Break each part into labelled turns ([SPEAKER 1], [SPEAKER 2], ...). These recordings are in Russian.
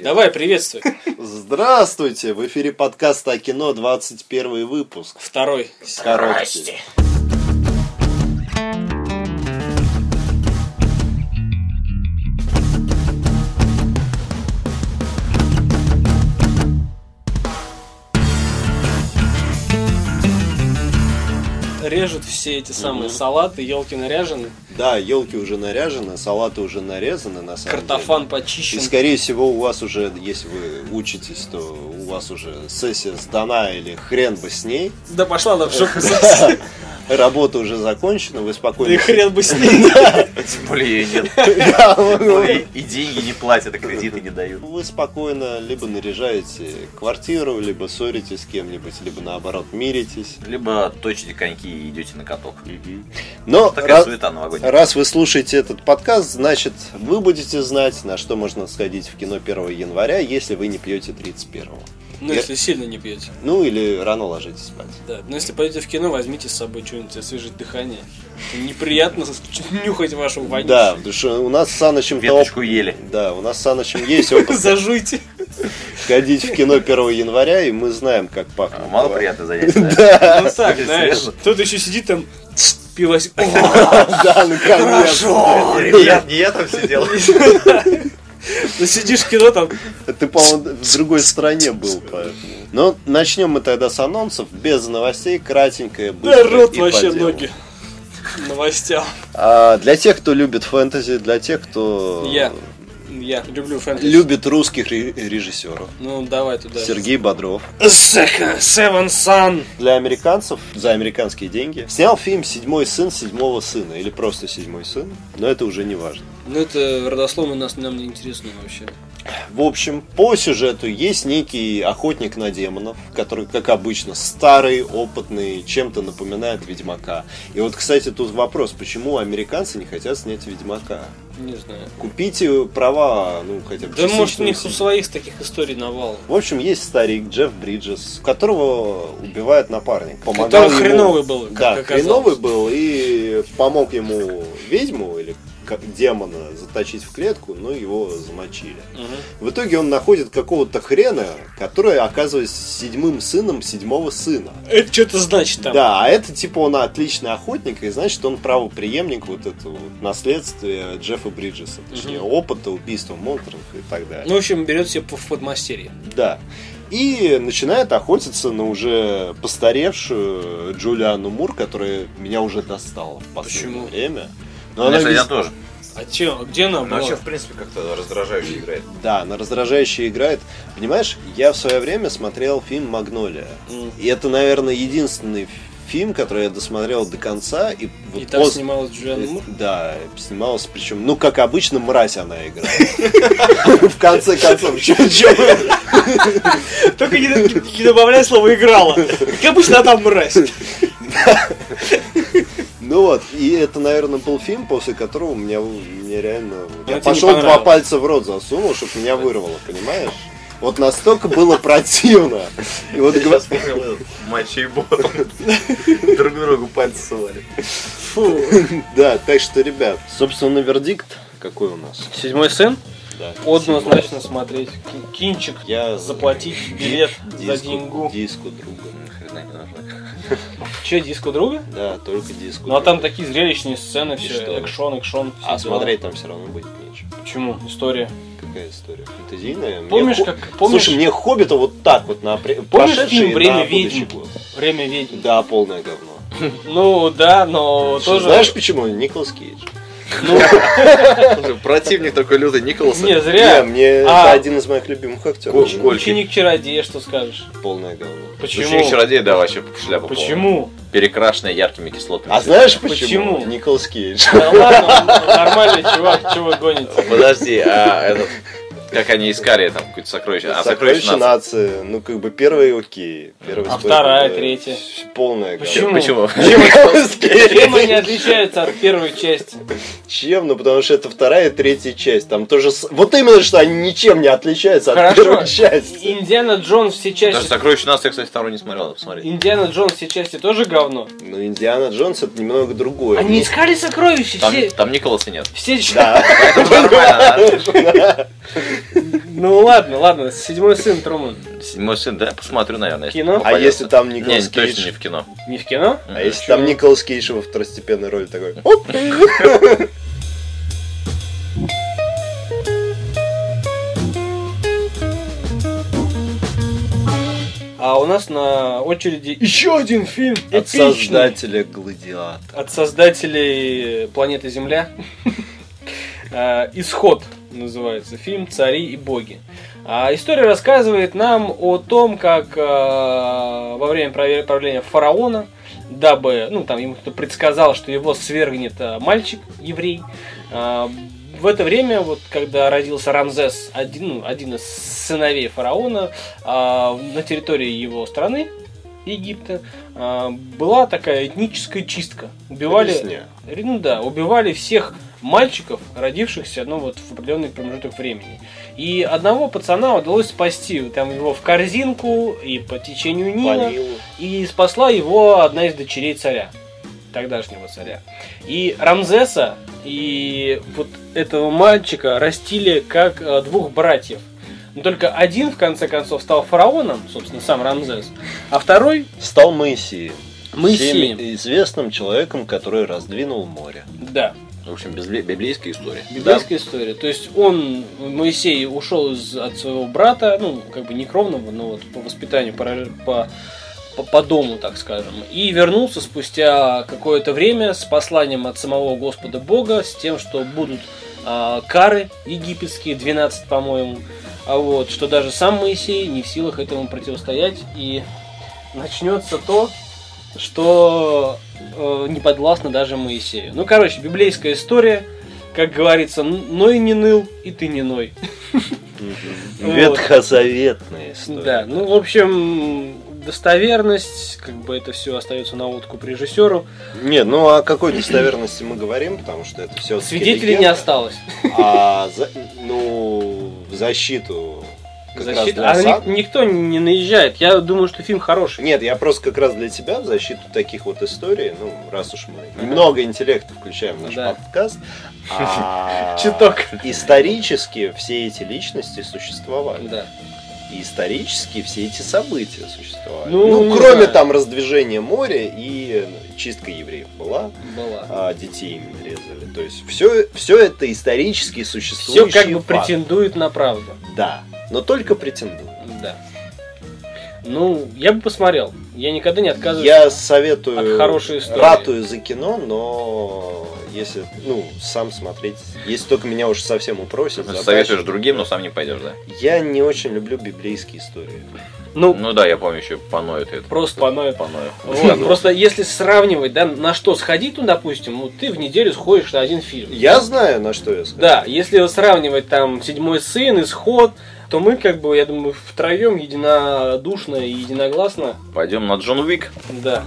[SPEAKER 1] Давай, приветствуй.
[SPEAKER 2] Здравствуйте! В эфире подкаста о кино 21 выпуск.
[SPEAKER 1] Второй.
[SPEAKER 2] Короткий.
[SPEAKER 1] Режут все эти самые салаты, елки наряжены,
[SPEAKER 2] Да, елки уже наряжены, салаты уже нарезаны на самом деле.
[SPEAKER 1] картофан
[SPEAKER 2] И
[SPEAKER 1] почищен.
[SPEAKER 2] скорее всего у вас уже, если вы учитесь, то у вас уже сессия сдана или хрен бы с ней.
[SPEAKER 1] Да пошла на в жопу.
[SPEAKER 2] Работа уже закончена, вы
[SPEAKER 1] Да и
[SPEAKER 2] спокойно...
[SPEAKER 1] хрен бы с ней.
[SPEAKER 3] Тем более её нет. Ну И и деньги не платят, и кредиты не дают.
[SPEAKER 2] Вы спокойно либо наряжаете квартиру, либо ссоритесь с кем-нибудь, либо наоборот миритесь.
[SPEAKER 3] Либо точите коньки и идете на каток.
[SPEAKER 2] Но
[SPEAKER 3] Такая
[SPEAKER 2] раз-
[SPEAKER 3] суета новогодняя.
[SPEAKER 2] Раз вы слушаете этот подкаст, значит, вы будете знать, на что можно сходить в кино 1 января, если вы не пьете 31-го.
[SPEAKER 1] Ну, если сильно не пьете.
[SPEAKER 2] Ну, или рано ложитесь спать.
[SPEAKER 1] Да. Но если пойдете в кино, возьмите с собой что-нибудь освежить дыхание. Неприятно нюхать вашу вонючую.
[SPEAKER 2] Да, потому что у нас с Санычем... того-
[SPEAKER 3] Веточку ели.
[SPEAKER 2] Да, у нас с Санычем есть опыт
[SPEAKER 1] Зажуйте.
[SPEAKER 2] ходить в кино 1 января, и мы знаем, как пахнет.
[SPEAKER 3] А, Мало приятно занятий, да?
[SPEAKER 1] Ну так,
[SPEAKER 3] Серьезно?
[SPEAKER 1] знаешь. Кто-то еще сидит там, пивасик.
[SPEAKER 2] Да, ну, наконец-то.
[SPEAKER 3] О, ребят, не я там сидел.
[SPEAKER 1] Ну сидишь в кино там.
[SPEAKER 2] Ты, по-моему, в другой стране был, поэтому. Но начнем мы тогда с анонсов, без новостей,
[SPEAKER 1] Да
[SPEAKER 2] кратенько, быстро
[SPEAKER 1] рот
[SPEAKER 2] и по
[SPEAKER 1] вообще
[SPEAKER 2] делу.
[SPEAKER 1] ноги. Новостям.
[SPEAKER 2] А для тех, кто любит фэнтези, для тех, кто
[SPEAKER 1] Я. Я люблю фэнтези.
[SPEAKER 2] любит русских ре- режиссеров.
[SPEAKER 1] Ну, давай туда.
[SPEAKER 2] Сергей Бодров.
[SPEAKER 1] Seven Sun.
[SPEAKER 2] Для американцев, за американские деньги, снял фильм «Седьмой сын седьмого сына» или просто «Седьмой сын», но это уже не важно.
[SPEAKER 1] Ну, это родословно нас нам не интересно вообще.
[SPEAKER 2] В общем, по сюжету есть некий охотник на демонов, который, как обычно, старый, опытный, чем-то напоминает Ведьмака. И вот, кстати, тут вопрос, почему американцы не хотят снять Ведьмака?
[SPEAKER 1] Не знаю.
[SPEAKER 2] Купите права, ну, хотя бы
[SPEAKER 1] Да может у
[SPEAKER 2] частичную
[SPEAKER 1] них у
[SPEAKER 2] семью.
[SPEAKER 1] своих таких историй навал.
[SPEAKER 2] В общем, есть старик Джефф Бриджес, которого убивает напарник.
[SPEAKER 1] Который хреновый был, как
[SPEAKER 2] да,
[SPEAKER 1] оказалось.
[SPEAKER 2] хреновый был и помог ему ведьму или как демона заточить в клетку, но его замочили. В итоге он находит какого-то хрена, который оказывается седьмым сыном седьмого сына.
[SPEAKER 1] Это что-то значит там.
[SPEAKER 2] Да, а это типа он отличный охотник, и значит он правоприемник вот этого вот наследствия Джеффа Бриджеса, точнее опыта убийства монстров и так далее.
[SPEAKER 1] Ну, в общем, берет себе в подмастерье.
[SPEAKER 2] Да. И начинает охотиться на уже постаревшую Джулиану Мур, которая меня уже достала в последнее
[SPEAKER 1] Почему?
[SPEAKER 2] время. Но она
[SPEAKER 3] Мне, кстати,
[SPEAKER 2] вез-
[SPEAKER 3] она тоже.
[SPEAKER 1] А че, где
[SPEAKER 2] Ну,
[SPEAKER 1] она
[SPEAKER 3] Она
[SPEAKER 1] была?
[SPEAKER 3] вообще, в принципе, как-то раздражающе играет.
[SPEAKER 2] Да, она раздражающе играет. Понимаешь, я в свое время смотрел фильм «Магнолия».
[SPEAKER 1] Мгм.
[SPEAKER 2] И это, наверное, единственный фильм, который я досмотрел до конца. И, вот
[SPEAKER 1] И там
[SPEAKER 2] пос-
[SPEAKER 1] снималась Джулиан Мур.
[SPEAKER 2] Да, снималась, причем, ну, как обычно, мразь она играет. В конце концов, чё- чё вы-
[SPEAKER 1] Только не, не добавляй слово играла. Как обычно, она там мразь.
[SPEAKER 2] Ну вот, и это, наверное, был фильм, после которого у меня, мне реально...
[SPEAKER 1] тебе
[SPEAKER 2] Я
[SPEAKER 1] не
[SPEAKER 2] пошел два
[SPEAKER 1] понравилось.
[SPEAKER 2] пальца в рот засунул, чтобы меня вырвало, понимаешь? Вот настолько было противно. И вот гва-
[SPEAKER 3] вспомнил матч и ботом. Друг другу пальцы сували.
[SPEAKER 1] Фу.
[SPEAKER 2] Да, так что, ребят, собственно, вердикт какой у нас?
[SPEAKER 1] Седьмой сын?
[SPEAKER 2] Да.
[SPEAKER 1] Однозначно смотреть. Кин- Кинчик.
[SPEAKER 2] Я
[SPEAKER 1] Заплатить билет за
[SPEAKER 2] диску-
[SPEAKER 1] деньгу.
[SPEAKER 2] Диску друга.
[SPEAKER 1] Че, диско друга?
[SPEAKER 2] Да, только диску
[SPEAKER 1] Ну а там
[SPEAKER 2] друга.
[SPEAKER 1] такие зрелищные сцены,
[SPEAKER 2] что?
[SPEAKER 1] все, экшон, экшон. все
[SPEAKER 2] А
[SPEAKER 1] дела.
[SPEAKER 2] смотреть там все равно будет нечего.
[SPEAKER 1] Почему? История.
[SPEAKER 2] Какая история? Фантазийная? Мне
[SPEAKER 1] Помнишь,
[SPEAKER 2] хо-
[SPEAKER 1] как- помнишь-
[SPEAKER 2] Слушай, мне Хоббита вот так вот на... пре-
[SPEAKER 1] Помнишь
[SPEAKER 2] прошедшие
[SPEAKER 1] фильм «Время
[SPEAKER 2] на будущий
[SPEAKER 1] ведьм»?
[SPEAKER 2] год.
[SPEAKER 1] Время ведьм.
[SPEAKER 2] Да, полное говно.
[SPEAKER 1] Ну да, но тоже.
[SPEAKER 2] Знаешь почему? Николас Кейдж.
[SPEAKER 3] Противник такой лютый Николсон.
[SPEAKER 1] Не, зря.
[SPEAKER 2] Не, мне
[SPEAKER 1] А.
[SPEAKER 2] это один из моих любимых
[SPEAKER 3] Ку-
[SPEAKER 2] актеров.
[SPEAKER 3] ку-
[SPEAKER 2] Очень
[SPEAKER 3] Гольфи.
[SPEAKER 1] Ученик чародея, что скажешь?
[SPEAKER 2] Полное говно.
[SPEAKER 1] Почему?
[SPEAKER 3] Ученик чародей, да, вообще шляпа полная.
[SPEAKER 1] Почему?
[SPEAKER 3] Перекрашенная яркими кислотами.
[SPEAKER 2] А знаешь почему?
[SPEAKER 1] Почему? А
[SPEAKER 2] Николас Кейдж.
[SPEAKER 1] Да ладно, он нормальный чувак, чего вы гоните?
[SPEAKER 3] Подожди, а этот... Как они искали там какое-то сокровище? А сокровище
[SPEAKER 2] Сокровища
[SPEAKER 3] нации.
[SPEAKER 2] нации. Ну, как бы первые окей. Первый
[SPEAKER 1] А
[SPEAKER 2] спой-
[SPEAKER 1] вторая,
[SPEAKER 2] э,
[SPEAKER 1] третья?
[SPEAKER 2] Полное
[SPEAKER 1] Почему?
[SPEAKER 2] говно.
[SPEAKER 3] Почему?
[SPEAKER 2] Николас
[SPEAKER 1] Чем они
[SPEAKER 2] Кейдж.
[SPEAKER 1] отличаются от первой части?
[SPEAKER 2] Чем? Ну, потому что это вторая и третья часть. Там тоже... с- Вот именно, что они ничем не отличаются от
[SPEAKER 1] Хорошо.
[SPEAKER 2] первой части.
[SPEAKER 1] Индиана Джонс все
[SPEAKER 3] Даже
[SPEAKER 1] части.
[SPEAKER 3] сокровище нас, я, кстати, второй не смотрел, надо посмотреть.
[SPEAKER 1] Индиана Джонс все части тоже говно.
[SPEAKER 2] Ну, Индиана Джонс это немного другое. Ну,
[SPEAKER 1] Они искали сокровища,
[SPEAKER 3] Там, Ну,
[SPEAKER 1] все.
[SPEAKER 3] там Николаса нет.
[SPEAKER 1] Все ч-
[SPEAKER 2] Да.
[SPEAKER 3] Нормально, да?
[SPEAKER 1] Ну ладно, ладно, седьмой сын Труман.
[SPEAKER 3] Седьмой сын, да, посмотрю, наверное.
[SPEAKER 1] Кино? А
[SPEAKER 2] А
[SPEAKER 3] попадется.
[SPEAKER 2] если там
[SPEAKER 3] Ну, Не,
[SPEAKER 2] Николас
[SPEAKER 3] точно не
[SPEAKER 2] Кейдж?
[SPEAKER 3] в кино.
[SPEAKER 1] Не в кино?
[SPEAKER 2] А если
[SPEAKER 1] Чего?
[SPEAKER 2] там Николас Кейдж во второстепенной роли такой? Оп!
[SPEAKER 1] А у нас на очереди еще один фильм.
[SPEAKER 2] От
[SPEAKER 1] эпичный.
[SPEAKER 2] создателя Гладиатора.
[SPEAKER 1] От создателей планеты Земля. Э, Исход называется фильм «Цари и боги». А История рассказывает нам о том, как э, во время праве- правления фараона, дабы, ну там ему кто-то предсказал, что его свергнет э, мальчик еврей, э, в это время, вот когда родился Рамзес, один, ну, один из сыновей фараона, а, на территории его страны, Египта, а, была такая этническая чистка. Убивали,
[SPEAKER 2] Ресня.
[SPEAKER 1] ну да, убивали всех мальчиков, родившихся ну, вот, в определенный промежуток времени. И одного пацана удалось спасти. Там его в корзинку и по течению Нила. И спасла его одна из дочерей царя, тогдашнего царя. И Рамзеса, и вот этого мальчика растили как э, двух братьев. Но только один, в конце концов, стал фараоном, собственно, сам Рамзес, а второй
[SPEAKER 2] Стал Моисеем.
[SPEAKER 1] Моисеем.
[SPEAKER 2] Всеми известным человеком, который раздвинул море.
[SPEAKER 1] Да,
[SPEAKER 3] В общем, бизли- библейская история.
[SPEAKER 1] библейская история. То есть он, Моисей, ушел из, от своего брата, ну, как бы не кровного, но вот по воспитанию, по, рож- по, по, по дому, так скажем, и вернулся спустя какое-то время с посланием от самого Господа Бога, с тем, что будут а, кары египетские, 12, по-моему, а вот, что даже сам Моисей не в силах этому противостоять, и начнется то, что э, не подвластно даже Моисею. Ну, короче, библейская история, как говорится, «Н- ной не ныл, и ты не ной. Вот.
[SPEAKER 2] Ветхозаветная история.
[SPEAKER 1] Да, ну, в общем, достоверность, как бы это все остается на откуп режиссеру.
[SPEAKER 2] Не, ну о какой достоверности мы говорим, потому что это все
[SPEAKER 1] Свидетелей не осталось.
[SPEAKER 2] А за- ну, в защиту как раз
[SPEAKER 1] Защита-
[SPEAKER 2] для
[SPEAKER 1] а
[SPEAKER 2] Са-
[SPEAKER 1] ни- никто не наезжает. Я думаю, что фильм хороший.
[SPEAKER 2] Нет, я просто как раз для тебя в защиту таких вот историй, ну, раз уж мы немного интеллекта включаем в наш
[SPEAKER 1] Да.
[SPEAKER 2] подкаст, а,
[SPEAKER 1] Чуток.
[SPEAKER 2] исторически все эти личности существовали.
[SPEAKER 1] Да.
[SPEAKER 2] И исторически все эти события существовали.
[SPEAKER 1] Ну,
[SPEAKER 2] Ну,
[SPEAKER 1] не
[SPEAKER 2] кроме
[SPEAKER 1] знаю.
[SPEAKER 2] там раздвижения моря и ну, чистка евреев была,
[SPEAKER 1] Была.
[SPEAKER 2] а детей им резали. То есть все, все это исторически
[SPEAKER 1] Все
[SPEAKER 2] существующие
[SPEAKER 1] как бы
[SPEAKER 2] факты.
[SPEAKER 1] претендует на правду.
[SPEAKER 2] Да, но только претендуют.
[SPEAKER 1] Да. Ну, я бы посмотрел. Я никогда не отказываюсь.
[SPEAKER 2] Я советую,
[SPEAKER 1] от хорошей истории.
[SPEAKER 2] ратую за кино, но если, ну, сам смотреть, если только меня уж совсем упросят, задача.
[SPEAKER 3] Ну, Советуешь другим, но сам не пойдешь, да?
[SPEAKER 2] я не очень люблю библейские истории.
[SPEAKER 1] Ну,
[SPEAKER 3] Ну да, я помню еще Паноид это.
[SPEAKER 1] просто паною.
[SPEAKER 3] Паноид.
[SPEAKER 1] Вот, просто если сравнивать, да, на что сходить, ну, допустим, вот ты в неделю сходишь на один фильм.
[SPEAKER 2] Я знаю, на что я скажу.
[SPEAKER 1] Да, если вот сравнивать там «Седьмой сын», «Исход», то мы, как бы, я думаю, втроем единодушно и единогласно,
[SPEAKER 3] Пойдем на Джон Уик.
[SPEAKER 1] да.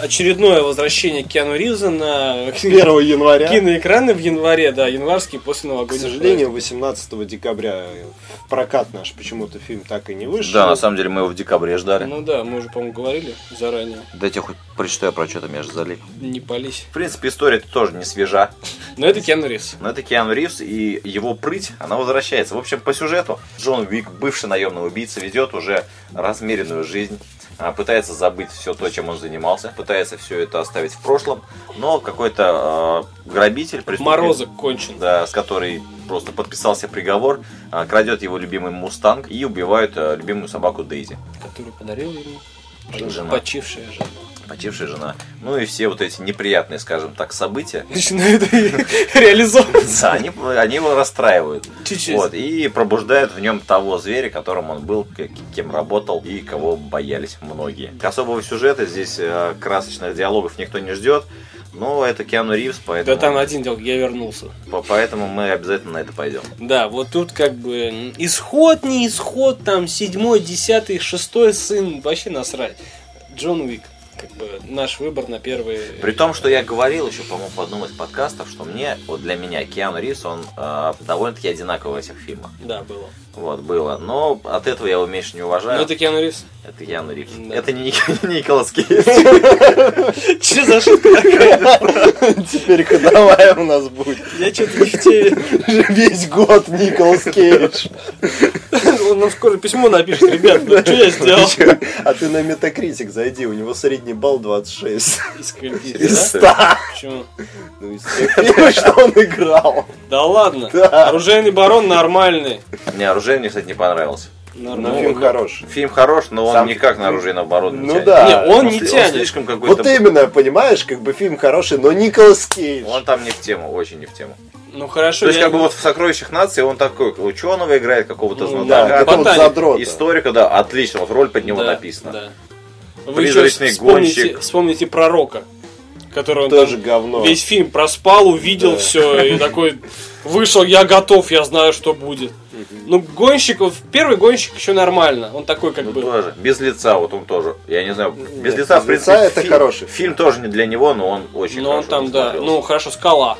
[SPEAKER 1] Очередное возвращение Киану Ривза на
[SPEAKER 2] 1 января,
[SPEAKER 1] Киноэкраны в январе, да, январский после
[SPEAKER 2] к
[SPEAKER 1] новогодний.
[SPEAKER 2] сожалению, 18 декабря в прокат наш почему-то фильм так и не вышел.
[SPEAKER 3] Да, на самом деле мы его в декабре ждали.
[SPEAKER 1] Ну да, мы уже, по-моему, говорили заранее.
[SPEAKER 3] Дайте я хоть прочитаю про что-то, меня же залип.
[SPEAKER 1] Не пались.
[SPEAKER 3] В принципе, история тоже не свежа.
[SPEAKER 1] Но это Киану Ривз.
[SPEAKER 3] Но это Киану Ривз и его прыть, она возвращается. В общем, по сюжету Джон Уик, бывший наемный убийца, ведет уже размеренную жизнь. а, Пытается забыть все то, чем он занимался, пытается все это оставить в прошлом, но какой-то э, грабитель, преступник,
[SPEAKER 1] Морозок кончен.
[SPEAKER 3] да, с которой просто подписался приговор, а, крадет его любимый мустанг и убивает э, любимую собаку Дейзи.
[SPEAKER 1] Который подарил ему
[SPEAKER 3] Жена.
[SPEAKER 1] почившая жена.
[SPEAKER 3] Почившая жена. Ну и все вот эти неприятные, скажем так, события,
[SPEAKER 1] Начинает реализовывать.
[SPEAKER 3] да, они, они его расстраивают.
[SPEAKER 1] Чуть-чуть.
[SPEAKER 3] Вот, и пробуждают в нем того зверя, которым он был, к- кем работал и кого боялись многие. Особого сюжета здесь э, красочных диалогов никто не ждет, но это Киану Ривз,
[SPEAKER 1] Да
[SPEAKER 3] поэтому,
[SPEAKER 1] там один дел, я вернулся.
[SPEAKER 3] по- поэтому мы обязательно на это пойдем.
[SPEAKER 1] Да, вот тут как бы м, исход, не исход, там седьмой, десятый, шестой сын, вообще насрать. Джон Уик. как бы наш выбор на первый.
[SPEAKER 3] При том, что я говорил еще, по-моему, в одном из подкастов, что мне, вот для меня Киану Ривз, он э, довольно-таки одинаковый в этих фильмах.
[SPEAKER 1] Да, было.
[SPEAKER 3] Вот, было. Но от этого я его меньше не уважаю.
[SPEAKER 1] Ну это Киану Ривз.
[SPEAKER 3] Это Киану Ривз.
[SPEAKER 1] Да.
[SPEAKER 3] Это не Ник- Николас Кейдж.
[SPEAKER 1] Че за шутка?
[SPEAKER 2] Теперь ходовая у нас будет.
[SPEAKER 1] Я что-то не в теме.
[SPEAKER 2] Весь год Николас Кейдж.
[SPEAKER 1] Он нам скоро письмо напишет, ребят, ну что я сделал?
[SPEAKER 2] А ты на Метакритик зайди, у него средний балл 26.
[SPEAKER 1] Из скольки,
[SPEAKER 2] Из
[SPEAKER 1] да?
[SPEAKER 2] 100.
[SPEAKER 1] Почему?
[SPEAKER 2] Ну, из тех фильмов, что он играл.
[SPEAKER 1] Да ладно.
[SPEAKER 2] Да.
[SPEAKER 1] Оружейный барон нормальный.
[SPEAKER 3] Мне оружие мне, кстати, не понравилось.
[SPEAKER 2] Ну,
[SPEAKER 1] Нормальный.
[SPEAKER 2] фильм хороший.
[SPEAKER 3] Фильм хорош, но он
[SPEAKER 2] Сам-
[SPEAKER 3] никак на оружие наоборот не
[SPEAKER 2] Ну
[SPEAKER 3] тянет.
[SPEAKER 2] да.
[SPEAKER 1] Не, он не
[SPEAKER 3] сли-
[SPEAKER 1] тянет.
[SPEAKER 3] А, слишком какой-то...
[SPEAKER 2] Вот именно, понимаешь, как бы фильм хороший, но Николас Кейдж.
[SPEAKER 3] Он там не в тему, очень не в тему.
[SPEAKER 1] Ну хорошо.
[SPEAKER 3] То есть,
[SPEAKER 1] я-
[SPEAKER 3] как бы вот в «Сокровищах нации» он такой ученого играет, какого-то
[SPEAKER 1] Ну,
[SPEAKER 2] Да,
[SPEAKER 3] знатока,
[SPEAKER 2] это вот
[SPEAKER 1] ботаник.
[SPEAKER 2] задрот.
[SPEAKER 3] историка, да, отлично, вот роль под него
[SPEAKER 1] Да,
[SPEAKER 3] написана.
[SPEAKER 1] да. Вы
[SPEAKER 3] Призрачный
[SPEAKER 1] ещё вспомните,
[SPEAKER 3] гонщик.
[SPEAKER 1] Вспомните пророка, который он
[SPEAKER 2] Тоже
[SPEAKER 1] тоже
[SPEAKER 2] говно.
[SPEAKER 1] весь фильм проспал, увидел
[SPEAKER 2] Да.
[SPEAKER 1] все и такой вышел, я готов, я знаю, что будет. Ну гонщик, вот первый гонщик еще нормально, он такой как
[SPEAKER 3] Ну,
[SPEAKER 1] бы.
[SPEAKER 3] тоже. Без лица, вот он тоже. Я не знаю, без
[SPEAKER 2] Нет,
[SPEAKER 3] лица,
[SPEAKER 2] без
[SPEAKER 3] в принципе.
[SPEAKER 2] лица это
[SPEAKER 3] фи-
[SPEAKER 2] хороший.
[SPEAKER 3] Фильм тоже не для него, но он очень
[SPEAKER 1] Но он
[SPEAKER 3] хорошо
[SPEAKER 1] там, да,
[SPEAKER 3] смотрелся.
[SPEAKER 1] ну хорошо, скала.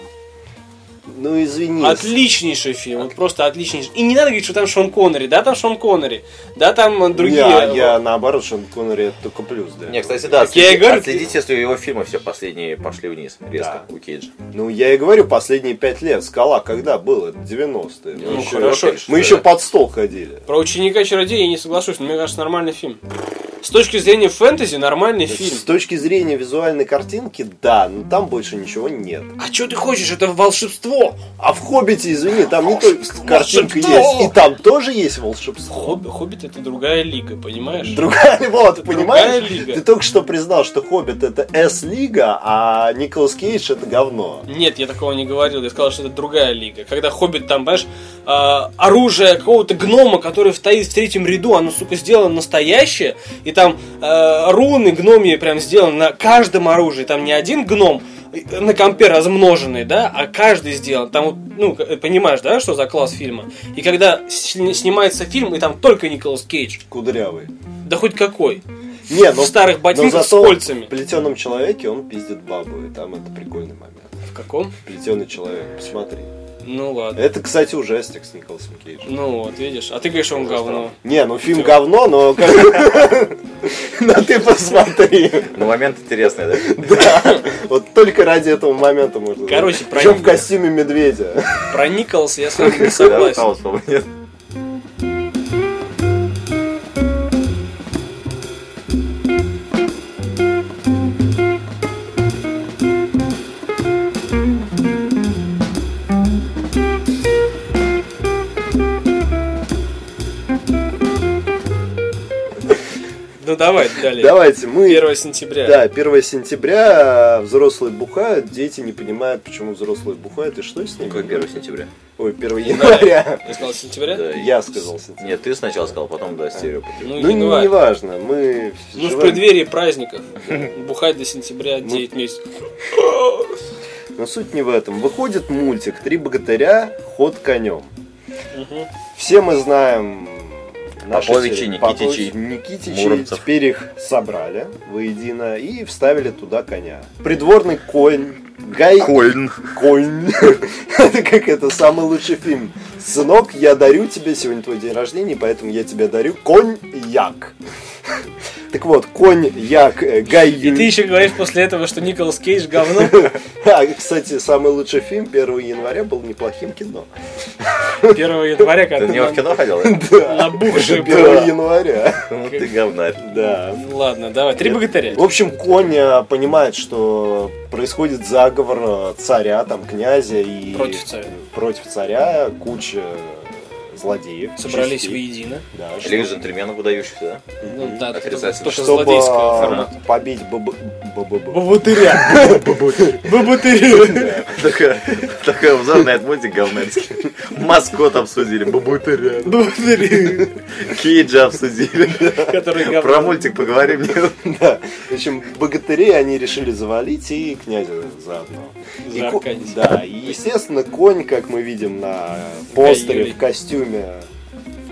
[SPEAKER 2] Ну извини.
[SPEAKER 1] Отличнейший фильм, вот просто отличнейший. И не надо говорить, что там Шон Коннери, да, там Шон Коннери, да, там э, другие.
[SPEAKER 2] Не, а я наоборот, Шон Коннери это только плюс, да.
[SPEAKER 3] Не, кстати, да,
[SPEAKER 1] Так я и
[SPEAKER 3] следи-
[SPEAKER 1] говорю,
[SPEAKER 3] отследите, если его фильмы все последние пошли вниз резко у Кейджа.
[SPEAKER 2] Ну, я и говорю, последние пять лет. Скала когда было? 90-е. Мы
[SPEAKER 1] Ну,
[SPEAKER 2] еще-
[SPEAKER 1] хорошо.
[SPEAKER 2] Мы еще под стол ходили.
[SPEAKER 1] Про ученика чародея я не соглашусь, но мне кажется, нормальный фильм. С точки зрения фэнтези, нормальный фильм.
[SPEAKER 2] С точки зрения визуальной картинки, да, но там больше ничего нет.
[SPEAKER 1] А что ты хочешь? Это волшебство!
[SPEAKER 2] А в «Хоббите», извини, там не только картинка
[SPEAKER 1] волшебство!
[SPEAKER 2] есть, и там тоже есть волшебство.
[SPEAKER 1] Хоббит, Хоббит это другая лига, понимаешь?
[SPEAKER 2] Другая, вот,
[SPEAKER 1] другая
[SPEAKER 2] понимаешь?
[SPEAKER 1] лига.
[SPEAKER 2] Ты только что признал, что «Хоббит» это С-лига, а Николас Кейдж это говно.
[SPEAKER 1] Нет, я такого не говорил. Я сказал, что это другая лига. Когда Хоббит там, понимаешь, э, оружие какого-то гнома, который стоит в третьем ряду, оно, сука, сделано настоящее. И там э, руны гномии прям сделаны на каждом оружии. Там не один гном э, на компе размноженный, да, а каждый сделан. Там, вот, ну, к- э, понимаешь, да, что за класс фильма? И когда сни- снимается фильм, и там только Николас Кейдж,
[SPEAKER 2] Кудрявый.
[SPEAKER 1] да хоть какой,
[SPEAKER 2] Не,
[SPEAKER 1] в старых
[SPEAKER 2] но
[SPEAKER 1] ботинках с
[SPEAKER 2] зато
[SPEAKER 1] кольцами.
[SPEAKER 2] В плетеном человеке он пиздит бабу, и там это прикольный момент.
[SPEAKER 1] В каком?
[SPEAKER 2] Плетеный человек, посмотри.
[SPEAKER 1] Ну ладно.
[SPEAKER 2] Это, кстати, ужастик с Николасом Кейджем.
[SPEAKER 1] Ну вот, видишь. А ты говоришь, он говно.
[SPEAKER 2] Не, ну фильм говно, но как... Но ты посмотри.
[SPEAKER 3] Ну, момент интересный, да?
[SPEAKER 2] Да. Вот только ради этого момента можно.
[SPEAKER 1] Короче, про
[SPEAKER 2] Причем в
[SPEAKER 1] Ника.
[SPEAKER 2] костюме медведя.
[SPEAKER 1] Про Николса я с вами не
[SPEAKER 3] Да,
[SPEAKER 1] согласен.
[SPEAKER 3] стало слово, нет.
[SPEAKER 1] Ну давай далее.
[SPEAKER 2] Давайте, мы...
[SPEAKER 1] 1 сентября.
[SPEAKER 2] Да, 1 сентября а, взрослые бухают, дети не понимают, почему взрослые бухают и что с ними.
[SPEAKER 3] Какой 1 сентября?
[SPEAKER 2] Ой, 1 января.
[SPEAKER 1] Я сказал сентября?
[SPEAKER 3] Да,
[SPEAKER 2] Я сказал сентябрь.
[SPEAKER 3] Нет, ты сначала сказал, потом, да, стерео.
[SPEAKER 1] Ну,
[SPEAKER 2] Ну,
[SPEAKER 1] январь.
[SPEAKER 2] не важно, мы...
[SPEAKER 1] Ну, в
[SPEAKER 2] живем-
[SPEAKER 1] преддверии праздников. Бухать до сентября 9 месяцев.
[SPEAKER 2] Но суть не в этом. Выходит мультик «Три богатыря. Ход конем».
[SPEAKER 1] Мгм.
[SPEAKER 2] Все мы знаем наши
[SPEAKER 3] Поповичи,
[SPEAKER 2] серии.
[SPEAKER 3] Никитичи,
[SPEAKER 2] Попович- Никитичи.
[SPEAKER 3] Муромцев.
[SPEAKER 2] Теперь их собрали воедино и вставили туда коня. Придворный конь. Гай...
[SPEAKER 3] Кольн.
[SPEAKER 2] Конь. это как это самый лучший фильм. Сынок, я дарю тебе, сегодня твой день рождения, поэтому я тебе дарю коньяк. так вот, коньяк э, Гай
[SPEAKER 1] И ты
[SPEAKER 2] Ю-
[SPEAKER 1] еще говоришь после этого, что Николас Кейдж говно.
[SPEAKER 2] А, кстати, самый лучший фильм 1 января был неплохим кино.
[SPEAKER 1] 1 января,
[SPEAKER 3] Ты
[SPEAKER 1] когда
[SPEAKER 3] на него в
[SPEAKER 1] ты
[SPEAKER 3] кино ходил, да?
[SPEAKER 1] набухший
[SPEAKER 2] 1
[SPEAKER 1] был.
[SPEAKER 2] января.
[SPEAKER 3] Ну, ты говнарь.
[SPEAKER 2] Да.
[SPEAKER 1] Ну, Ладно, давай. Три богатыря.
[SPEAKER 2] В общем, конь э, понимает, что происходит заговор э, царя, там, князя и...
[SPEAKER 1] Против царя.
[SPEAKER 2] Против царя куча э, злодеев.
[SPEAKER 1] Собрались
[SPEAKER 2] частей.
[SPEAKER 1] воедино.
[SPEAKER 2] Да,
[SPEAKER 3] Лига
[SPEAKER 2] чтобы-
[SPEAKER 3] джентльменов выдающихся, да?
[SPEAKER 1] Ну да, это
[SPEAKER 3] Отрицательно.
[SPEAKER 1] тоже
[SPEAKER 2] чтобы,
[SPEAKER 1] злодейского
[SPEAKER 2] э,
[SPEAKER 1] формата.
[SPEAKER 2] побить бабы- бабы- бабы-
[SPEAKER 1] Богатыря. Богатыря.
[SPEAKER 3] Такая- Такой обзор на этот мультик говнарский. Маскот обсудили, бабутыря,
[SPEAKER 1] Богатыря.
[SPEAKER 3] Кейджа обсудили.
[SPEAKER 1] Который
[SPEAKER 3] Про
[SPEAKER 1] говно.
[SPEAKER 3] мультик поговорим.
[SPEAKER 2] Да. В общем, богатырей они решили завалить и князя заодно. И ко-
[SPEAKER 1] Заарканить.
[SPEAKER 2] Да, и, естественно, конь, как мы видим на постере
[SPEAKER 1] Юлий.
[SPEAKER 2] в костюме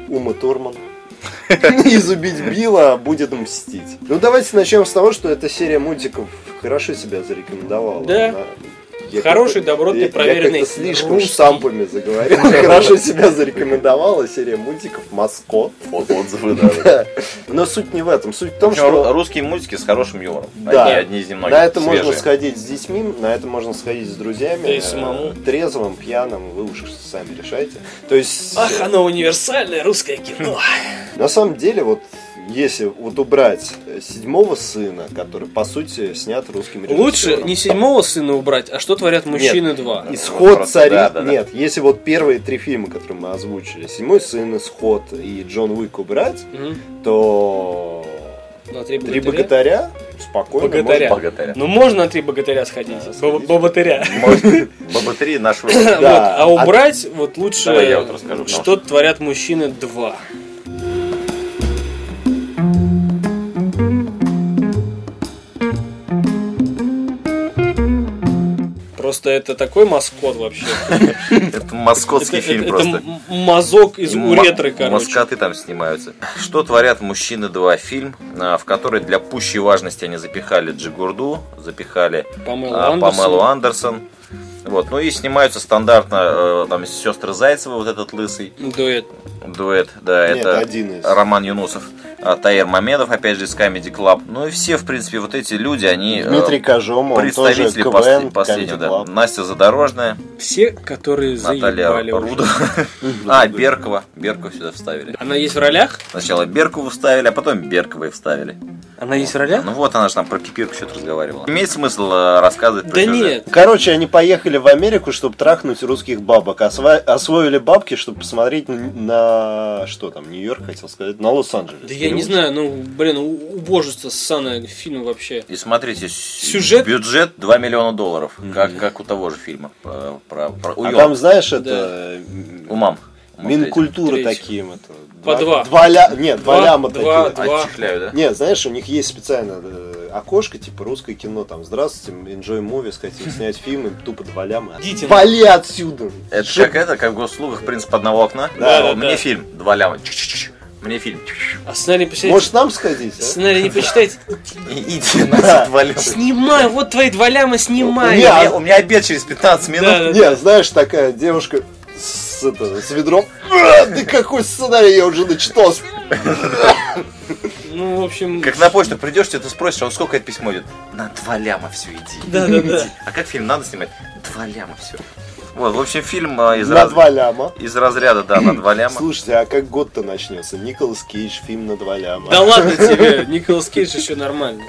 [SPEAKER 2] Ума Турман. и зубить Билла будет мстить. Ну давайте начнем с того, что эта серия мультиков хорошо себя зарекомендовала.
[SPEAKER 1] Да.
[SPEAKER 2] Она- Я
[SPEAKER 1] Хороший,
[SPEAKER 2] как-то-
[SPEAKER 1] добротный,
[SPEAKER 2] я- я
[SPEAKER 1] проверенный
[SPEAKER 2] как-то слишком
[SPEAKER 1] русский.
[SPEAKER 2] штампами заговорил. Хорошо себя зарекомендовала серия мультиков «Маскот».
[SPEAKER 3] Вот отзывы, да.
[SPEAKER 2] Но суть не в этом. Суть в
[SPEAKER 3] В
[SPEAKER 1] Ну,
[SPEAKER 2] том,
[SPEAKER 3] общем,
[SPEAKER 2] что...
[SPEAKER 3] ру- русские мультики с хорошим юмором.
[SPEAKER 2] Да.
[SPEAKER 3] Они одни из немногих.
[SPEAKER 2] На это
[SPEAKER 3] свежие.
[SPEAKER 2] можно сходить с детьми, на это можно сходить с друзьями.
[SPEAKER 1] Да и
[SPEAKER 2] э,
[SPEAKER 1] самому.
[SPEAKER 2] Трезвым, пьяным, вы уж сами решайте. То есть,
[SPEAKER 1] Ах, оно универсальное русское кино.
[SPEAKER 2] на самом деле, вот если вот убрать э, седьмого сына, который, по сути, снят русским режиссером.
[SPEAKER 1] Лучше не седьмого сына убрать, а что творят мужчины два.
[SPEAKER 2] Исход
[SPEAKER 3] Просто,
[SPEAKER 2] царит.
[SPEAKER 3] да, да, да.
[SPEAKER 2] Нет, если вот первые три фильма, которые мы озвучили, «Седьмой сын», «Исход» и «Джон Уик» убрать,
[SPEAKER 1] Мгм.
[SPEAKER 2] то
[SPEAKER 1] На три
[SPEAKER 2] «Три
[SPEAKER 1] богатыря.
[SPEAKER 2] богатаря» спокойно
[SPEAKER 1] Богатаря.
[SPEAKER 2] можно-
[SPEAKER 3] Богатыря.
[SPEAKER 1] Ну можно на три богатыря сходить.
[SPEAKER 2] Да,
[SPEAKER 1] Боб-
[SPEAKER 2] сходить.
[SPEAKER 1] Богатыря.
[SPEAKER 3] Может, Богатыри наш выбор.
[SPEAKER 1] Вот,
[SPEAKER 2] Да.
[SPEAKER 1] а убрать вот лучше
[SPEAKER 3] Давай я вот расскажу, потому
[SPEAKER 1] что, творят мужчины два. Просто это такой маскот вообще.
[SPEAKER 3] Это маскотский
[SPEAKER 1] это,
[SPEAKER 3] фильм
[SPEAKER 1] это-
[SPEAKER 3] просто.
[SPEAKER 1] это м- мазок из
[SPEAKER 3] Ма-
[SPEAKER 1] уретры, короче.
[SPEAKER 3] Маскоты там снимаются. Что творят мужчины два фильм, а, в который для пущей важности они запихали Джигурду, запихали
[SPEAKER 1] Памелу
[SPEAKER 3] а,
[SPEAKER 1] Андерсон.
[SPEAKER 3] Памелу Андерсон. Вот, ну и снимаются стандартно э, там сестры Зайцева, вот этот лысый
[SPEAKER 1] Дуэт.
[SPEAKER 3] дуэт, да,
[SPEAKER 2] Нет,
[SPEAKER 3] это
[SPEAKER 2] один из.
[SPEAKER 3] Роман Юнусов, а, Таир Мамедов, опять же из Comedy Club. Ну и все, в принципе, вот эти люди, они э,
[SPEAKER 2] Дмитрий Кожома, он тоже
[SPEAKER 3] представители
[SPEAKER 2] КВН,
[SPEAKER 3] пос- последнего,
[SPEAKER 2] Comedy
[SPEAKER 3] да.
[SPEAKER 2] Club.
[SPEAKER 3] Настя Задорожная,
[SPEAKER 1] Все, которые
[SPEAKER 3] Наталья
[SPEAKER 1] заебали уже.
[SPEAKER 3] Рудова. А, Беркова. Беркова сюда вставили.
[SPEAKER 1] Она есть в ролях?
[SPEAKER 3] Сначала Беркову вставили, а потом Берковой вставили.
[SPEAKER 1] Она есть в ролях?
[SPEAKER 3] Ну вот она же там про кипирку что-то разговаривала. Имеет смысл э, рассказывать про
[SPEAKER 1] Да
[SPEAKER 3] сюжет?
[SPEAKER 1] нет.
[SPEAKER 2] Короче, они поехали в Америку, чтобы трахнуть русских бабок. Осва- Освоили бабки, чтобы посмотреть н- на... Что там, Нью-Йорк, хотел сказать? На Лос-Анджелес.
[SPEAKER 1] Да я не знаю, ну, блин, у- убожество ссаное фильм вообще.
[SPEAKER 3] И смотрите, с-
[SPEAKER 1] Сюжет?
[SPEAKER 3] бюджет 2 миллиона долларов, как, как у того же фильма. э, Про, про- у
[SPEAKER 2] А
[SPEAKER 3] Йона.
[SPEAKER 2] там, знаешь, это... м,
[SPEAKER 3] У мам. У мам
[SPEAKER 2] Минкультуры
[SPEAKER 1] третьего.
[SPEAKER 2] таким это.
[SPEAKER 1] По два.
[SPEAKER 2] Два ля... Нет, два,
[SPEAKER 1] Два,
[SPEAKER 2] ляма
[SPEAKER 1] два,
[SPEAKER 2] такие.
[SPEAKER 3] третьего.
[SPEAKER 1] два.
[SPEAKER 3] Отчихляю, да?
[SPEAKER 2] Нет, знаешь, у них есть специально э, окошко, типа русское кино, там, здравствуйте, enjoy movies, хотим снять фильм, и тупо два ляма.
[SPEAKER 1] Идите на-
[SPEAKER 2] Вали отсюда!
[SPEAKER 3] Это
[SPEAKER 2] Шип-
[SPEAKER 3] как это, как в госуслугах, принцип одного окна.
[SPEAKER 1] Да,
[SPEAKER 3] О,
[SPEAKER 1] да,
[SPEAKER 3] мне
[SPEAKER 1] да.
[SPEAKER 3] фильм, два ляма. Чш-чш-чш. Мне фильм. Чш-чш.
[SPEAKER 1] А сценарий почитайте.
[SPEAKER 2] Может, нам сходить? а?
[SPEAKER 1] Сценарий не почитайте.
[SPEAKER 3] И- Иди на два ляма.
[SPEAKER 1] Снимай, вот твои два ляма снимай.
[SPEAKER 2] Не,
[SPEAKER 3] У
[SPEAKER 2] а-
[SPEAKER 3] меня- У меня обед через 15 минут.
[SPEAKER 1] Да, да,
[SPEAKER 2] Не, знаешь, такая девушка с, это, с ведром. «А, Ты какой сценарий я уже начитал.
[SPEAKER 1] Ну, в общем...
[SPEAKER 3] Как на почту придешь, тебе ты спросишь, а вот сколько это письмо идет? На два ляма все иди.
[SPEAKER 1] Да, да, да.
[SPEAKER 3] Иди. А как фильм надо снимать? Два ляма все. Вот, в общем, фильм а, из,
[SPEAKER 2] На
[SPEAKER 3] раз-
[SPEAKER 2] два ляма.
[SPEAKER 3] из разряда, да, на два ляма.
[SPEAKER 2] Слушайте, а как год-то начнется? Николас Кейдж, фильм на два ляма.
[SPEAKER 1] Да ладно тебе, Николас Кейдж еще нормально.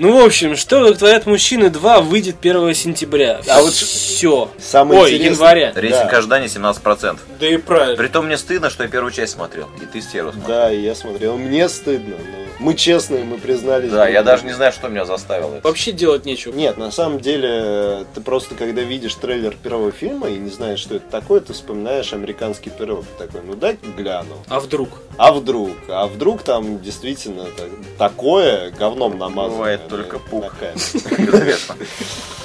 [SPEAKER 1] Ну, в общем, что творят мужчины 2 выйдет 1 сентября.
[SPEAKER 2] А вот
[SPEAKER 1] все.
[SPEAKER 2] Самое
[SPEAKER 1] Ой,
[SPEAKER 2] интересное-
[SPEAKER 1] января.
[SPEAKER 3] Рейтинг
[SPEAKER 2] Да.
[SPEAKER 3] ожиданий 17%.
[SPEAKER 1] Да и правильно.
[SPEAKER 3] Притом мне стыдно, что я первую часть смотрел. И ты стеру смотрел.
[SPEAKER 2] Да, и я смотрел. Мне стыдно. но Мы честные, мы признались.
[SPEAKER 3] Да, я даже не знаю, что меня заставило. это.
[SPEAKER 1] Вообще делать нечего.
[SPEAKER 2] Нет, на самом деле, э, ты просто когда видишь трейлер первого фильма и не знаешь, что это такое, ты вспоминаешь американский пирог. Такой, ну дай гляну.
[SPEAKER 1] А вдруг?
[SPEAKER 2] А вдруг? А вдруг там действительно та- такое говном намазано?
[SPEAKER 3] Бывает только пух. Как известно.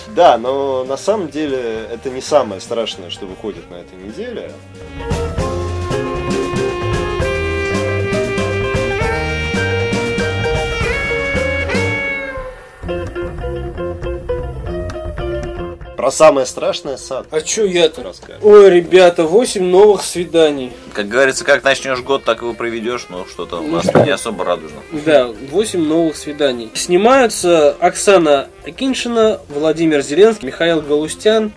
[SPEAKER 2] Да, но на самом деле это не самое страшное, что выходит на этой неделе. Про самое страшное сад.
[SPEAKER 1] А чё я-то?
[SPEAKER 2] Расскажешь.
[SPEAKER 1] Ой, ребята, 8 новых свиданий.
[SPEAKER 3] Как говорится, как начнешь год, так его проведешь. Ну, что-то у нас не особо радужно.
[SPEAKER 1] Да, 8 новых свиданий. Снимаются Оксана Акиншина, Владимир Зеленский, Михаил Галустян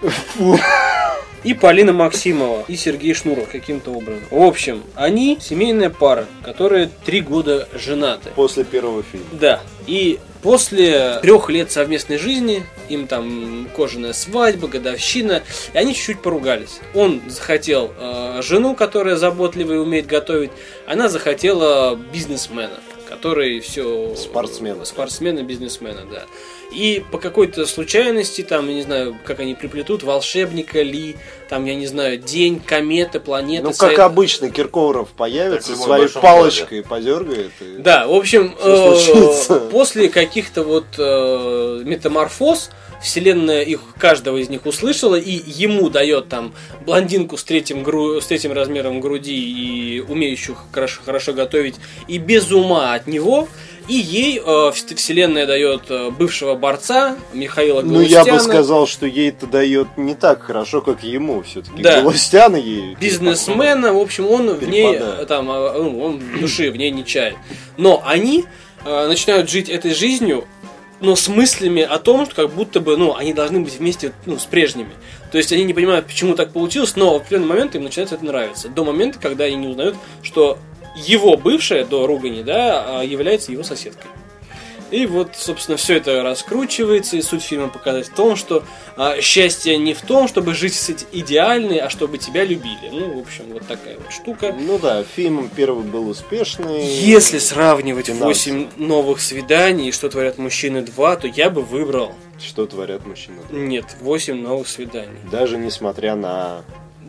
[SPEAKER 1] и Полина Максимова и Сергей Шнуров каким-то образом. В общем, они семейная пара, которые три года женаты.
[SPEAKER 2] После первого фильма.
[SPEAKER 1] Да. И после трех лет совместной жизни, им там кожаная свадьба, годовщина, и они чуть-чуть поругались. Он захотел э, жену, которая заботлива и умеет готовить, она захотела бизнесмена, который все...
[SPEAKER 2] Спортсмена.
[SPEAKER 1] Спортсмена, бизнесмена, да. И по какой-то случайности, там, я не знаю, как они приплетут, волшебника ли, там, я не знаю, день, комета, планета.
[SPEAKER 2] ну, как
[SPEAKER 1] совет-
[SPEAKER 2] обычно, Киркоров появится,
[SPEAKER 3] Как в любом
[SPEAKER 2] своей
[SPEAKER 3] большом
[SPEAKER 2] палочкой подергает. и-
[SPEAKER 1] Да, в общем,
[SPEAKER 2] Что
[SPEAKER 1] э,
[SPEAKER 2] случится?
[SPEAKER 1] после каких-то вот э, метаморфоз вселенная их каждого из них услышала и ему дает там блондинку с третьим, гру... с третьим размером груди и умеющую хорошо, хорошо готовить и без ума от него. И ей э, вс- вселенная дает э, бывшего борца Михаила
[SPEAKER 2] Ну, я
[SPEAKER 1] Галустяна.
[SPEAKER 2] бы сказал, что ей это дает не так хорошо, как ему все-таки.
[SPEAKER 1] Да.
[SPEAKER 2] Галустяна ей... типа
[SPEAKER 1] бизнесмена, в общем, он в ней
[SPEAKER 2] Перепадает.
[SPEAKER 1] там, а, ну, он души в ней не чает. Но они э, начинают жить этой жизнью, но с мыслями о том, что как будто бы, ну, они должны быть вместе, ну, с прежними. То есть они не понимают, почему так получилось, но в определенный момент им начинает это нравиться. До момента, когда они не узнают, что его бывшая до ругани, да, а, является его соседкой. И вот, собственно, все это раскручивается, и суть фильма показать в том, что а, счастье не в том, чтобы жить с эти- идеальной, а чтобы тебя любили. Ну, в общем, вот такая вот штука.
[SPEAKER 2] Ну да, фильм первый был успешный.
[SPEAKER 1] Если сравнивать
[SPEAKER 2] Финансово.
[SPEAKER 1] 8 новых свиданий и что творят мужчины 2, то я бы выбрал.
[SPEAKER 2] Что творят мужчины?
[SPEAKER 1] Нет, 8 новых свиданий.
[SPEAKER 2] Даже несмотря на...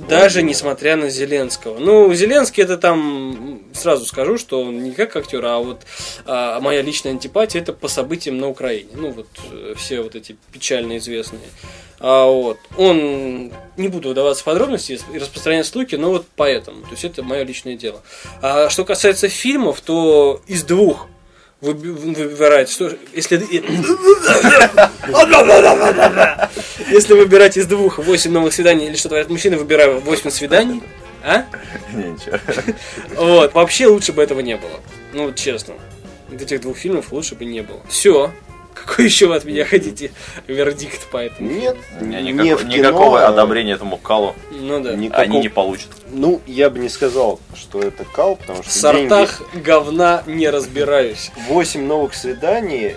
[SPEAKER 1] Даже
[SPEAKER 2] Вот.
[SPEAKER 1] несмотря на Зеленского. Ну, Зеленский это там, м, сразу скажу, что он не как актер, а вот а, моя личная антипатия это по событиям на Украине. Ну, вот э, все вот эти печально известные. А, вот. Он, не буду вдаваться в подробности и распространять слухи, но вот поэтому. То есть это мое личное дело. А, что касается фильмов, то из двух выби- выбирать, что, если, э, если выбирать из двух 8 новых свиданий или что творят мужчины, выбираю 8 свиданий. А?
[SPEAKER 3] Не, ничего.
[SPEAKER 1] Вот. Вообще лучше бы этого не было. Ну, вот честно. Вот этих двух фильмов лучше бы не было. Все. Какой еще вы от меня хотите вердикт по этому?
[SPEAKER 2] Нет,
[SPEAKER 3] У меня
[SPEAKER 2] не
[SPEAKER 3] никакого-
[SPEAKER 2] в кино,
[SPEAKER 3] никакого
[SPEAKER 2] а-
[SPEAKER 3] одобрения этому калу
[SPEAKER 1] Ну да.
[SPEAKER 2] Никакого-
[SPEAKER 3] они не получат.
[SPEAKER 2] Ну, я бы не сказал, что это кал, потому
[SPEAKER 1] В
[SPEAKER 2] что...
[SPEAKER 1] сортах говна не разбираюсь.
[SPEAKER 2] 8 новых свиданий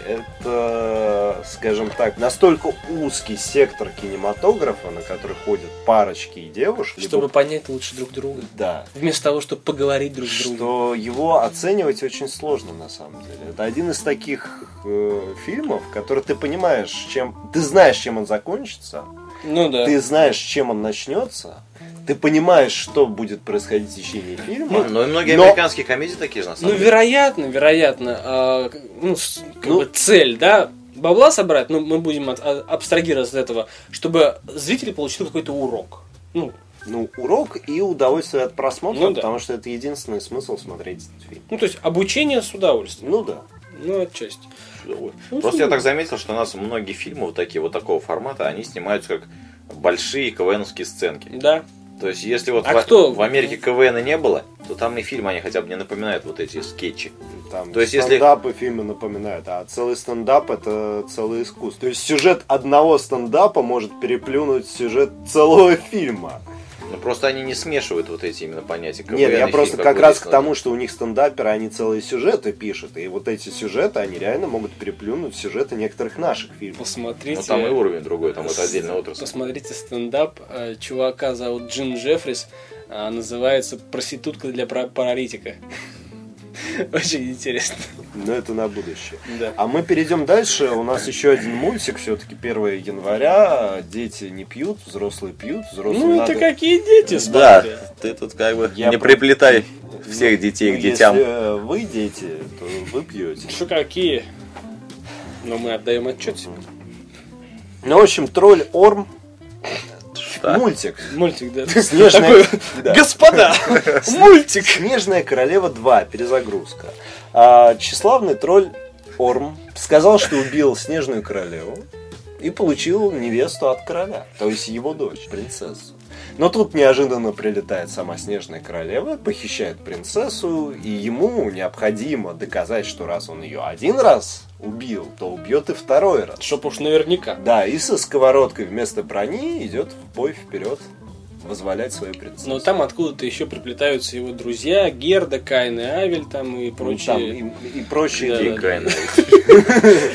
[SPEAKER 2] это, скажем так, настолько узкий сектор кинематографа, на который ходят парочки и девушки.
[SPEAKER 1] Чтобы понять лучше друг друга.
[SPEAKER 2] Да.
[SPEAKER 1] Вместо того, чтобы поговорить друг с другом.
[SPEAKER 2] Что его оценивать очень сложно на самом деле. Это один из таких э, фильмов, который ты понимаешь, чем ты знаешь, чем он закончится,
[SPEAKER 1] Ну да.
[SPEAKER 2] ты знаешь, чем он начнется, ты понимаешь, что будет происходить в течение фильма.
[SPEAKER 3] Ну, и многие
[SPEAKER 2] Но-
[SPEAKER 3] американские комедии такие же, на
[SPEAKER 1] Ну,
[SPEAKER 3] самом деле.
[SPEAKER 1] вероятно, вероятно, а, к- ну, с- как
[SPEAKER 2] Ну.
[SPEAKER 1] бы цель, да, бабла собрать, ну, мы будем от- а- абстрагироваться от этого, чтобы зрители получили какой-то урок. Ну,
[SPEAKER 2] Ну, урок и удовольствие от просмотра,
[SPEAKER 1] Ну да.
[SPEAKER 2] потому что это единственный смысл смотреть этот фильм.
[SPEAKER 1] ну, то есть обучение с удовольствием.
[SPEAKER 2] Ну да.
[SPEAKER 1] Ну, отчасти.
[SPEAKER 3] Ой.
[SPEAKER 1] Ну,
[SPEAKER 3] Просто я
[SPEAKER 1] слушай.
[SPEAKER 3] так заметил, что у нас многие фильмы вот такие вот такого формата, они снимаются как большие КВНовские сценки.
[SPEAKER 1] Да.
[SPEAKER 3] То есть, если вот
[SPEAKER 1] А
[SPEAKER 3] в,
[SPEAKER 1] кто?
[SPEAKER 3] в Америке КВНа не было, то там и фильмы они хотя бы не напоминают вот эти скетчи.
[SPEAKER 2] Там
[SPEAKER 3] То есть, если-
[SPEAKER 2] стендапы фильмы напоминают, а целый стендап это целое искусство. То есть сюжет одного стендапа может переплюнуть сюжет целого фильма.
[SPEAKER 3] Ну просто они не смешивают вот эти именно понятия. КВН
[SPEAKER 2] Нет,
[SPEAKER 3] и
[SPEAKER 2] я
[SPEAKER 3] фильм
[SPEAKER 2] просто
[SPEAKER 3] какой
[SPEAKER 2] как раз к
[SPEAKER 3] рисунок.
[SPEAKER 2] тому, что у них стендаперы, они целые сюжеты пишут, и вот эти сюжеты, они реально могут переплюнуть сюжеты некоторых наших фильмов.
[SPEAKER 1] Посмотрите.
[SPEAKER 3] Ну там и уровень другой, там это
[SPEAKER 1] с-
[SPEAKER 3] отдельная отрасль.
[SPEAKER 1] Посмотрите стендап. э, Чувака зовут Джим Джеффрис. а, Называется «Проститутка для пра- паралитика». Очень интересно.
[SPEAKER 2] Но это на будущее.
[SPEAKER 1] Да.
[SPEAKER 2] А мы перейдем дальше. У нас еще один мультик, все-таки 1 января. Дети не пьют, взрослые пьют, взрослые
[SPEAKER 1] Ну
[SPEAKER 2] надо-
[SPEAKER 1] это какие дети,
[SPEAKER 3] Да,
[SPEAKER 1] смотри.
[SPEAKER 3] ты тут как бы
[SPEAKER 2] Я
[SPEAKER 3] не
[SPEAKER 2] про-
[SPEAKER 3] приплетай всех детей
[SPEAKER 2] Ну,
[SPEAKER 3] к детям.
[SPEAKER 2] Если э, вы дети, то вы пьете.
[SPEAKER 1] Что какие? Но мы отдаем отчет себе.
[SPEAKER 2] Ну, в общем, тролль Орм
[SPEAKER 3] Так.
[SPEAKER 1] Ну,
[SPEAKER 2] мультик.
[SPEAKER 1] Мультик, да.
[SPEAKER 2] Снежная,
[SPEAKER 1] Такой,
[SPEAKER 2] да.
[SPEAKER 1] Господа, мультик.
[SPEAKER 2] Снежная королева 2. Перезагрузка. А, тщеславный тролль Орм сказал, что убил снежную королеву и получил невесту от короля. То есть его дочь, принцессу. Но тут неожиданно прилетает сама Снежная Королева, похищает принцессу, и ему необходимо доказать, что раз он ее один раз убил, то убьет и второй раз.
[SPEAKER 1] Чтоб уж наверняка.
[SPEAKER 2] Да, и со сковородкой вместо брони идет в бой вперед возволять свою принцессу.
[SPEAKER 1] Но там откуда-то еще приплетаются его друзья, Герда, Кайн и Авель там и
[SPEAKER 2] Ну,
[SPEAKER 1] прочие.
[SPEAKER 2] там и, и прочие
[SPEAKER 1] Да,
[SPEAKER 2] люди.
[SPEAKER 1] да.
[SPEAKER 3] Гайна.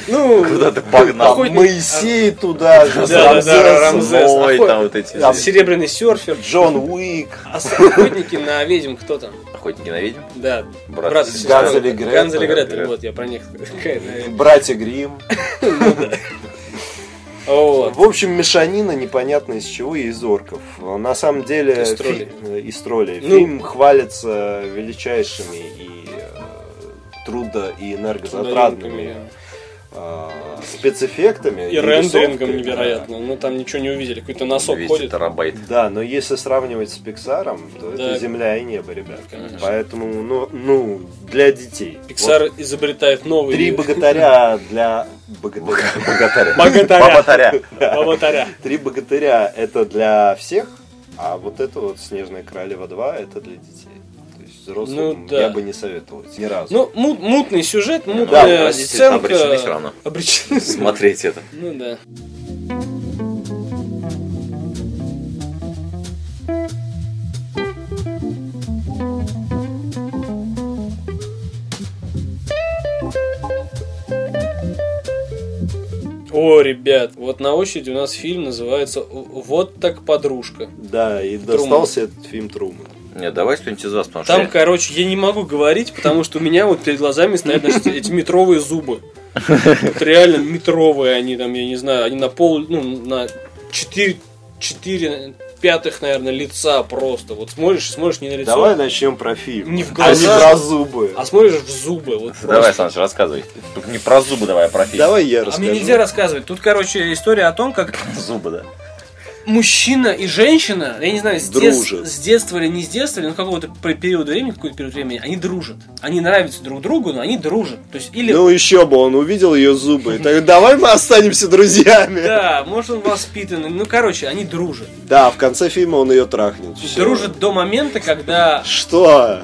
[SPEAKER 1] Ну,
[SPEAKER 3] Куда ты
[SPEAKER 2] Там
[SPEAKER 3] погнал?
[SPEAKER 1] Какой-
[SPEAKER 2] Моисей туда же,
[SPEAKER 1] А, Да,
[SPEAKER 2] Рамзес,
[SPEAKER 1] да, Рамзес.
[SPEAKER 3] Ой,
[SPEAKER 1] охот-
[SPEAKER 3] там вот эти
[SPEAKER 2] Да.
[SPEAKER 1] Серебряный серфер.
[SPEAKER 2] Джон Уик,
[SPEAKER 1] А с- охотники на ведьм кто там?
[SPEAKER 3] охотники на ведьм.
[SPEAKER 1] Да,
[SPEAKER 3] Брат
[SPEAKER 1] брат
[SPEAKER 3] и
[SPEAKER 1] и сестра.
[SPEAKER 3] сестра.
[SPEAKER 2] Ганзель и Гретель.
[SPEAKER 1] Ганзель и Гретель,
[SPEAKER 3] Гретель.
[SPEAKER 1] вот я про них. Кайн и Авель.
[SPEAKER 2] братья Грим.
[SPEAKER 1] Вот.
[SPEAKER 2] В общем, мешанина непонятно из чего и из орков. На самом деле...
[SPEAKER 1] Из троллей.
[SPEAKER 2] фи- э, Из троллей.
[SPEAKER 1] Ну.
[SPEAKER 2] Фильм хвалится величайшими и э, трудо- и энергозатратными
[SPEAKER 1] Трудоемкими.
[SPEAKER 2] а, спецэффектами.
[SPEAKER 1] И рендерингом
[SPEAKER 2] рисовкой,
[SPEAKER 1] невероятно. Ну там ничего не увидели. Какой-то носок
[SPEAKER 3] 200
[SPEAKER 1] ходит.
[SPEAKER 3] терабайт.
[SPEAKER 2] да. Да, но если сравнивать с Пиксаром, то
[SPEAKER 1] Да.
[SPEAKER 2] это земля и небо, ребят.
[SPEAKER 3] Конечно.
[SPEAKER 2] Поэтому, ну, ну, для детей.
[SPEAKER 1] Пиксар изобретает
[SPEAKER 2] Вот
[SPEAKER 1] новые
[SPEAKER 2] Три богатыря для богатыря. богатыря.
[SPEAKER 1] богатаря.
[SPEAKER 3] Баботаря.
[SPEAKER 1] Богатаря.
[SPEAKER 2] Три богатыря это для всех, а вот это вот Снежная королева 2 это для детей. То есть взрослым
[SPEAKER 1] Ну, да.
[SPEAKER 2] я бы не советовал ни разу.
[SPEAKER 1] Ну, му- мутный сюжет, мутная
[SPEAKER 2] да,
[SPEAKER 3] родители
[SPEAKER 1] сценка.
[SPEAKER 3] обречены всё равно.
[SPEAKER 1] Обречены.
[SPEAKER 3] Смотреть это.
[SPEAKER 1] Ну да. О, ребят, вот на очереди у нас фильм называется «Вот так подружка».
[SPEAKER 2] да, и
[SPEAKER 1] Труман.
[SPEAKER 2] достался этот фильм Трумана.
[SPEAKER 3] Нет, давай что-нибудь из вас, потому что...
[SPEAKER 1] Там,
[SPEAKER 3] я-
[SPEAKER 1] короче, я не могу говорить, потому что у меня вот перед глазами стоят значит, эти метровые зубы. Вот реально метровые они там, я не знаю, они на пол, ну, на 4, 4 пятых, наверное, лица просто. Вот смотришь, смотришь не на лицо,
[SPEAKER 2] Давай начнем про фильм.
[SPEAKER 1] Не в
[SPEAKER 2] а не
[SPEAKER 1] глаза.
[SPEAKER 2] про зубы.
[SPEAKER 1] а смотришь в зубы. Вот
[SPEAKER 3] Давай,
[SPEAKER 1] просто.
[SPEAKER 3] Александр, рассказывай. Только не про зубы давай, а про фильм.
[SPEAKER 2] Давай я
[SPEAKER 1] А
[SPEAKER 2] расскажу.
[SPEAKER 1] мне нельзя рассказывать. Тут, короче, история о том, как
[SPEAKER 3] Зубы, да.
[SPEAKER 1] мужчина и женщина, я не знаю, с, дет-
[SPEAKER 2] Дружат.
[SPEAKER 1] с детства или не с детства, или ну какого-то пер- периода времени, какой-то период времени, они дружат. Они нравятся друг другу, но они дружат. То есть или
[SPEAKER 2] Ну еще бы, он увидел ее зубы. и Так давай мы останемся друзьями.
[SPEAKER 1] Да, может он воспитанный. Ну, короче, они дружат.
[SPEAKER 2] Да, в конце фильма он ее трахнет. Всё.
[SPEAKER 1] Дружат до момента, когда...
[SPEAKER 2] Что?
[SPEAKER 3] А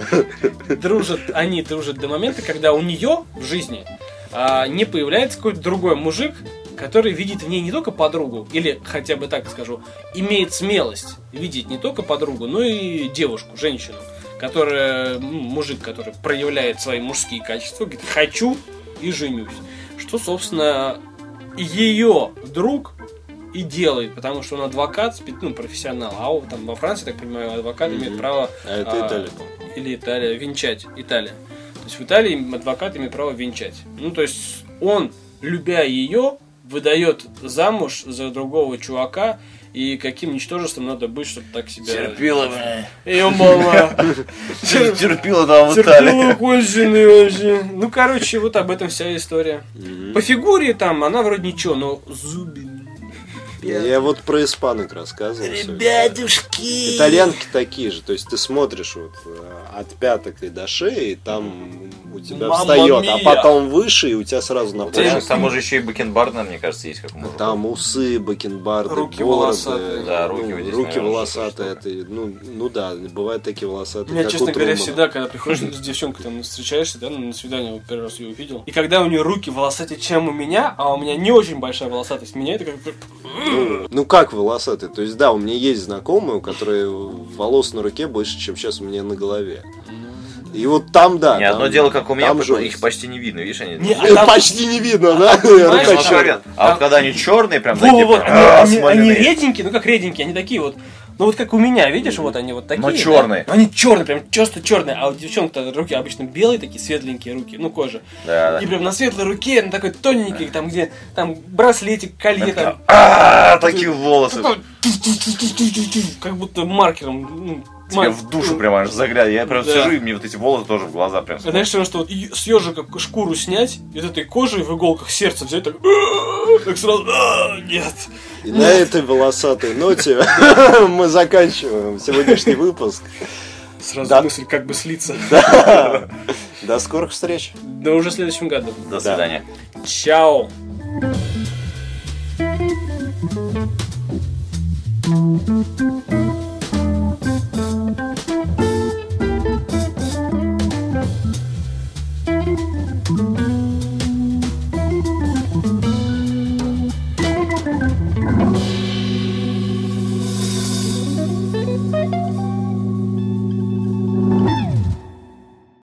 [SPEAKER 1] Дружат, они дружат до момента, когда у нее в жизни а, не появляется какой-то другой мужик, который видит в ней не только подругу, или хотя бы так скажу, имеет смелость видеть не только подругу, но и девушку, женщину, которая, м, мужик, который проявляет свои мужские качества, говорит, хочу и женюсь. Что, собственно, ее друг и делает, потому что он адвокат, спе- ну, профессионал, а он там во Франции, так понимаю, адвокат
[SPEAKER 2] Мгм.
[SPEAKER 1] имеет право
[SPEAKER 2] А это
[SPEAKER 1] А.
[SPEAKER 2] Италия.
[SPEAKER 1] или Италия, венчать, Италия. То есть в Италии адвокат имеет право венчать. Ну, то есть он, любя ее, выдает замуж за другого чувака, и каким ничтожеством надо быть, чтобы так себя...
[SPEAKER 3] бля.
[SPEAKER 1] Эй, мама!
[SPEAKER 3] Терпила там в Италии.
[SPEAKER 1] Терпила конченый вообще. Ну, короче, вот об этом вся история. По фигуре там она вроде ничего, но зуби...
[SPEAKER 2] Я вот про испанок рассказывал. всё.
[SPEAKER 3] Ребятушки!
[SPEAKER 2] Итальянки такие же, то есть ты смотришь вот э, от пяток и до шеи, и там у тебя
[SPEAKER 1] Мамма
[SPEAKER 2] встает, а
[SPEAKER 1] мия!
[SPEAKER 2] потом выше, и у тебя сразу на
[SPEAKER 1] тебя
[SPEAKER 2] площадь.
[SPEAKER 3] Там уже еще и бакенбардная, мне кажется, есть как у мужиков.
[SPEAKER 2] Там усы, бакенбарды,
[SPEAKER 1] Руки
[SPEAKER 2] бороды,
[SPEAKER 1] волосатые.
[SPEAKER 3] Да, руки вот
[SPEAKER 2] ну,
[SPEAKER 3] здесь,
[SPEAKER 2] руки
[SPEAKER 3] наверное,
[SPEAKER 2] волосатые.
[SPEAKER 3] что-то
[SPEAKER 2] Это, ну, ну да, бывают такие волосатые.
[SPEAKER 1] Меня,
[SPEAKER 2] как у
[SPEAKER 1] честно говоря,
[SPEAKER 2] Трумана.
[SPEAKER 1] всегда, когда приходишь с девчонкой, там, встречаешься, да, ну, на свидание, вот первый раз ее увидел, и когда у нее руки волосатее, чем у меня, а у меня не очень большая волосатость, меня это как-то...
[SPEAKER 2] Ну, ну как волосатые? То есть да, у меня есть знакомые, у которые волос на руке больше, чем сейчас у меня на голове. И вот там, да.
[SPEAKER 3] Не,
[SPEAKER 2] там-
[SPEAKER 3] одно дело, как у меня,
[SPEAKER 2] там
[SPEAKER 3] потому
[SPEAKER 2] жесть.
[SPEAKER 3] их почти не видно, видишь, они...
[SPEAKER 1] Не,
[SPEAKER 3] Ну,
[SPEAKER 1] а там-
[SPEAKER 2] Почти не видно, да?
[SPEAKER 3] вот
[SPEAKER 1] знаешь,
[SPEAKER 2] Рука
[SPEAKER 1] там-
[SPEAKER 2] чёрная.
[SPEAKER 3] смотрят. А вот когда они черные, прям
[SPEAKER 1] Во,
[SPEAKER 3] такие...
[SPEAKER 1] вот,
[SPEAKER 3] прям,
[SPEAKER 1] они-
[SPEAKER 3] а,
[SPEAKER 1] они, они
[SPEAKER 3] смоляные.
[SPEAKER 1] реденькие, ну как реденькие, они такие вот, ну вот как у меня, видишь, вот они вот такие.
[SPEAKER 3] Но
[SPEAKER 1] да.
[SPEAKER 3] Ну, чёрные.
[SPEAKER 1] Но Они черные, прям часто черные, а у девчонок-то руки обычно белые такие, светленькие руки, ну кожа.
[SPEAKER 3] Да,
[SPEAKER 1] И
[SPEAKER 3] да.
[SPEAKER 1] прям на светлой руке, на такой тоненький, там где, там браслетик, колье, там
[SPEAKER 3] А, такие волосы.
[SPEAKER 1] Такой тю-тю-тю-тю-тю-тю, Как будто маркером. ну,
[SPEAKER 3] Тебе
[SPEAKER 1] мар-
[SPEAKER 3] в душу прям аж заглядываю. Я прям
[SPEAKER 1] Да.
[SPEAKER 3] сижу, и мне вот эти волосы тоже в глаза прям...
[SPEAKER 1] А Знаешь, всё равно, что вот и- с ежика шкуру снять, и вот этой кожей в иголках сердце взять, так, так сразу, «А, нет.
[SPEAKER 2] И на этой волосатой ноте мы заканчиваем сегодняшний выпуск.
[SPEAKER 1] Сразу
[SPEAKER 2] Да.
[SPEAKER 1] мысль как бы слиться.
[SPEAKER 2] До скорых встреч!
[SPEAKER 1] Да уже в следующем году.
[SPEAKER 3] До свидания.
[SPEAKER 1] Чао.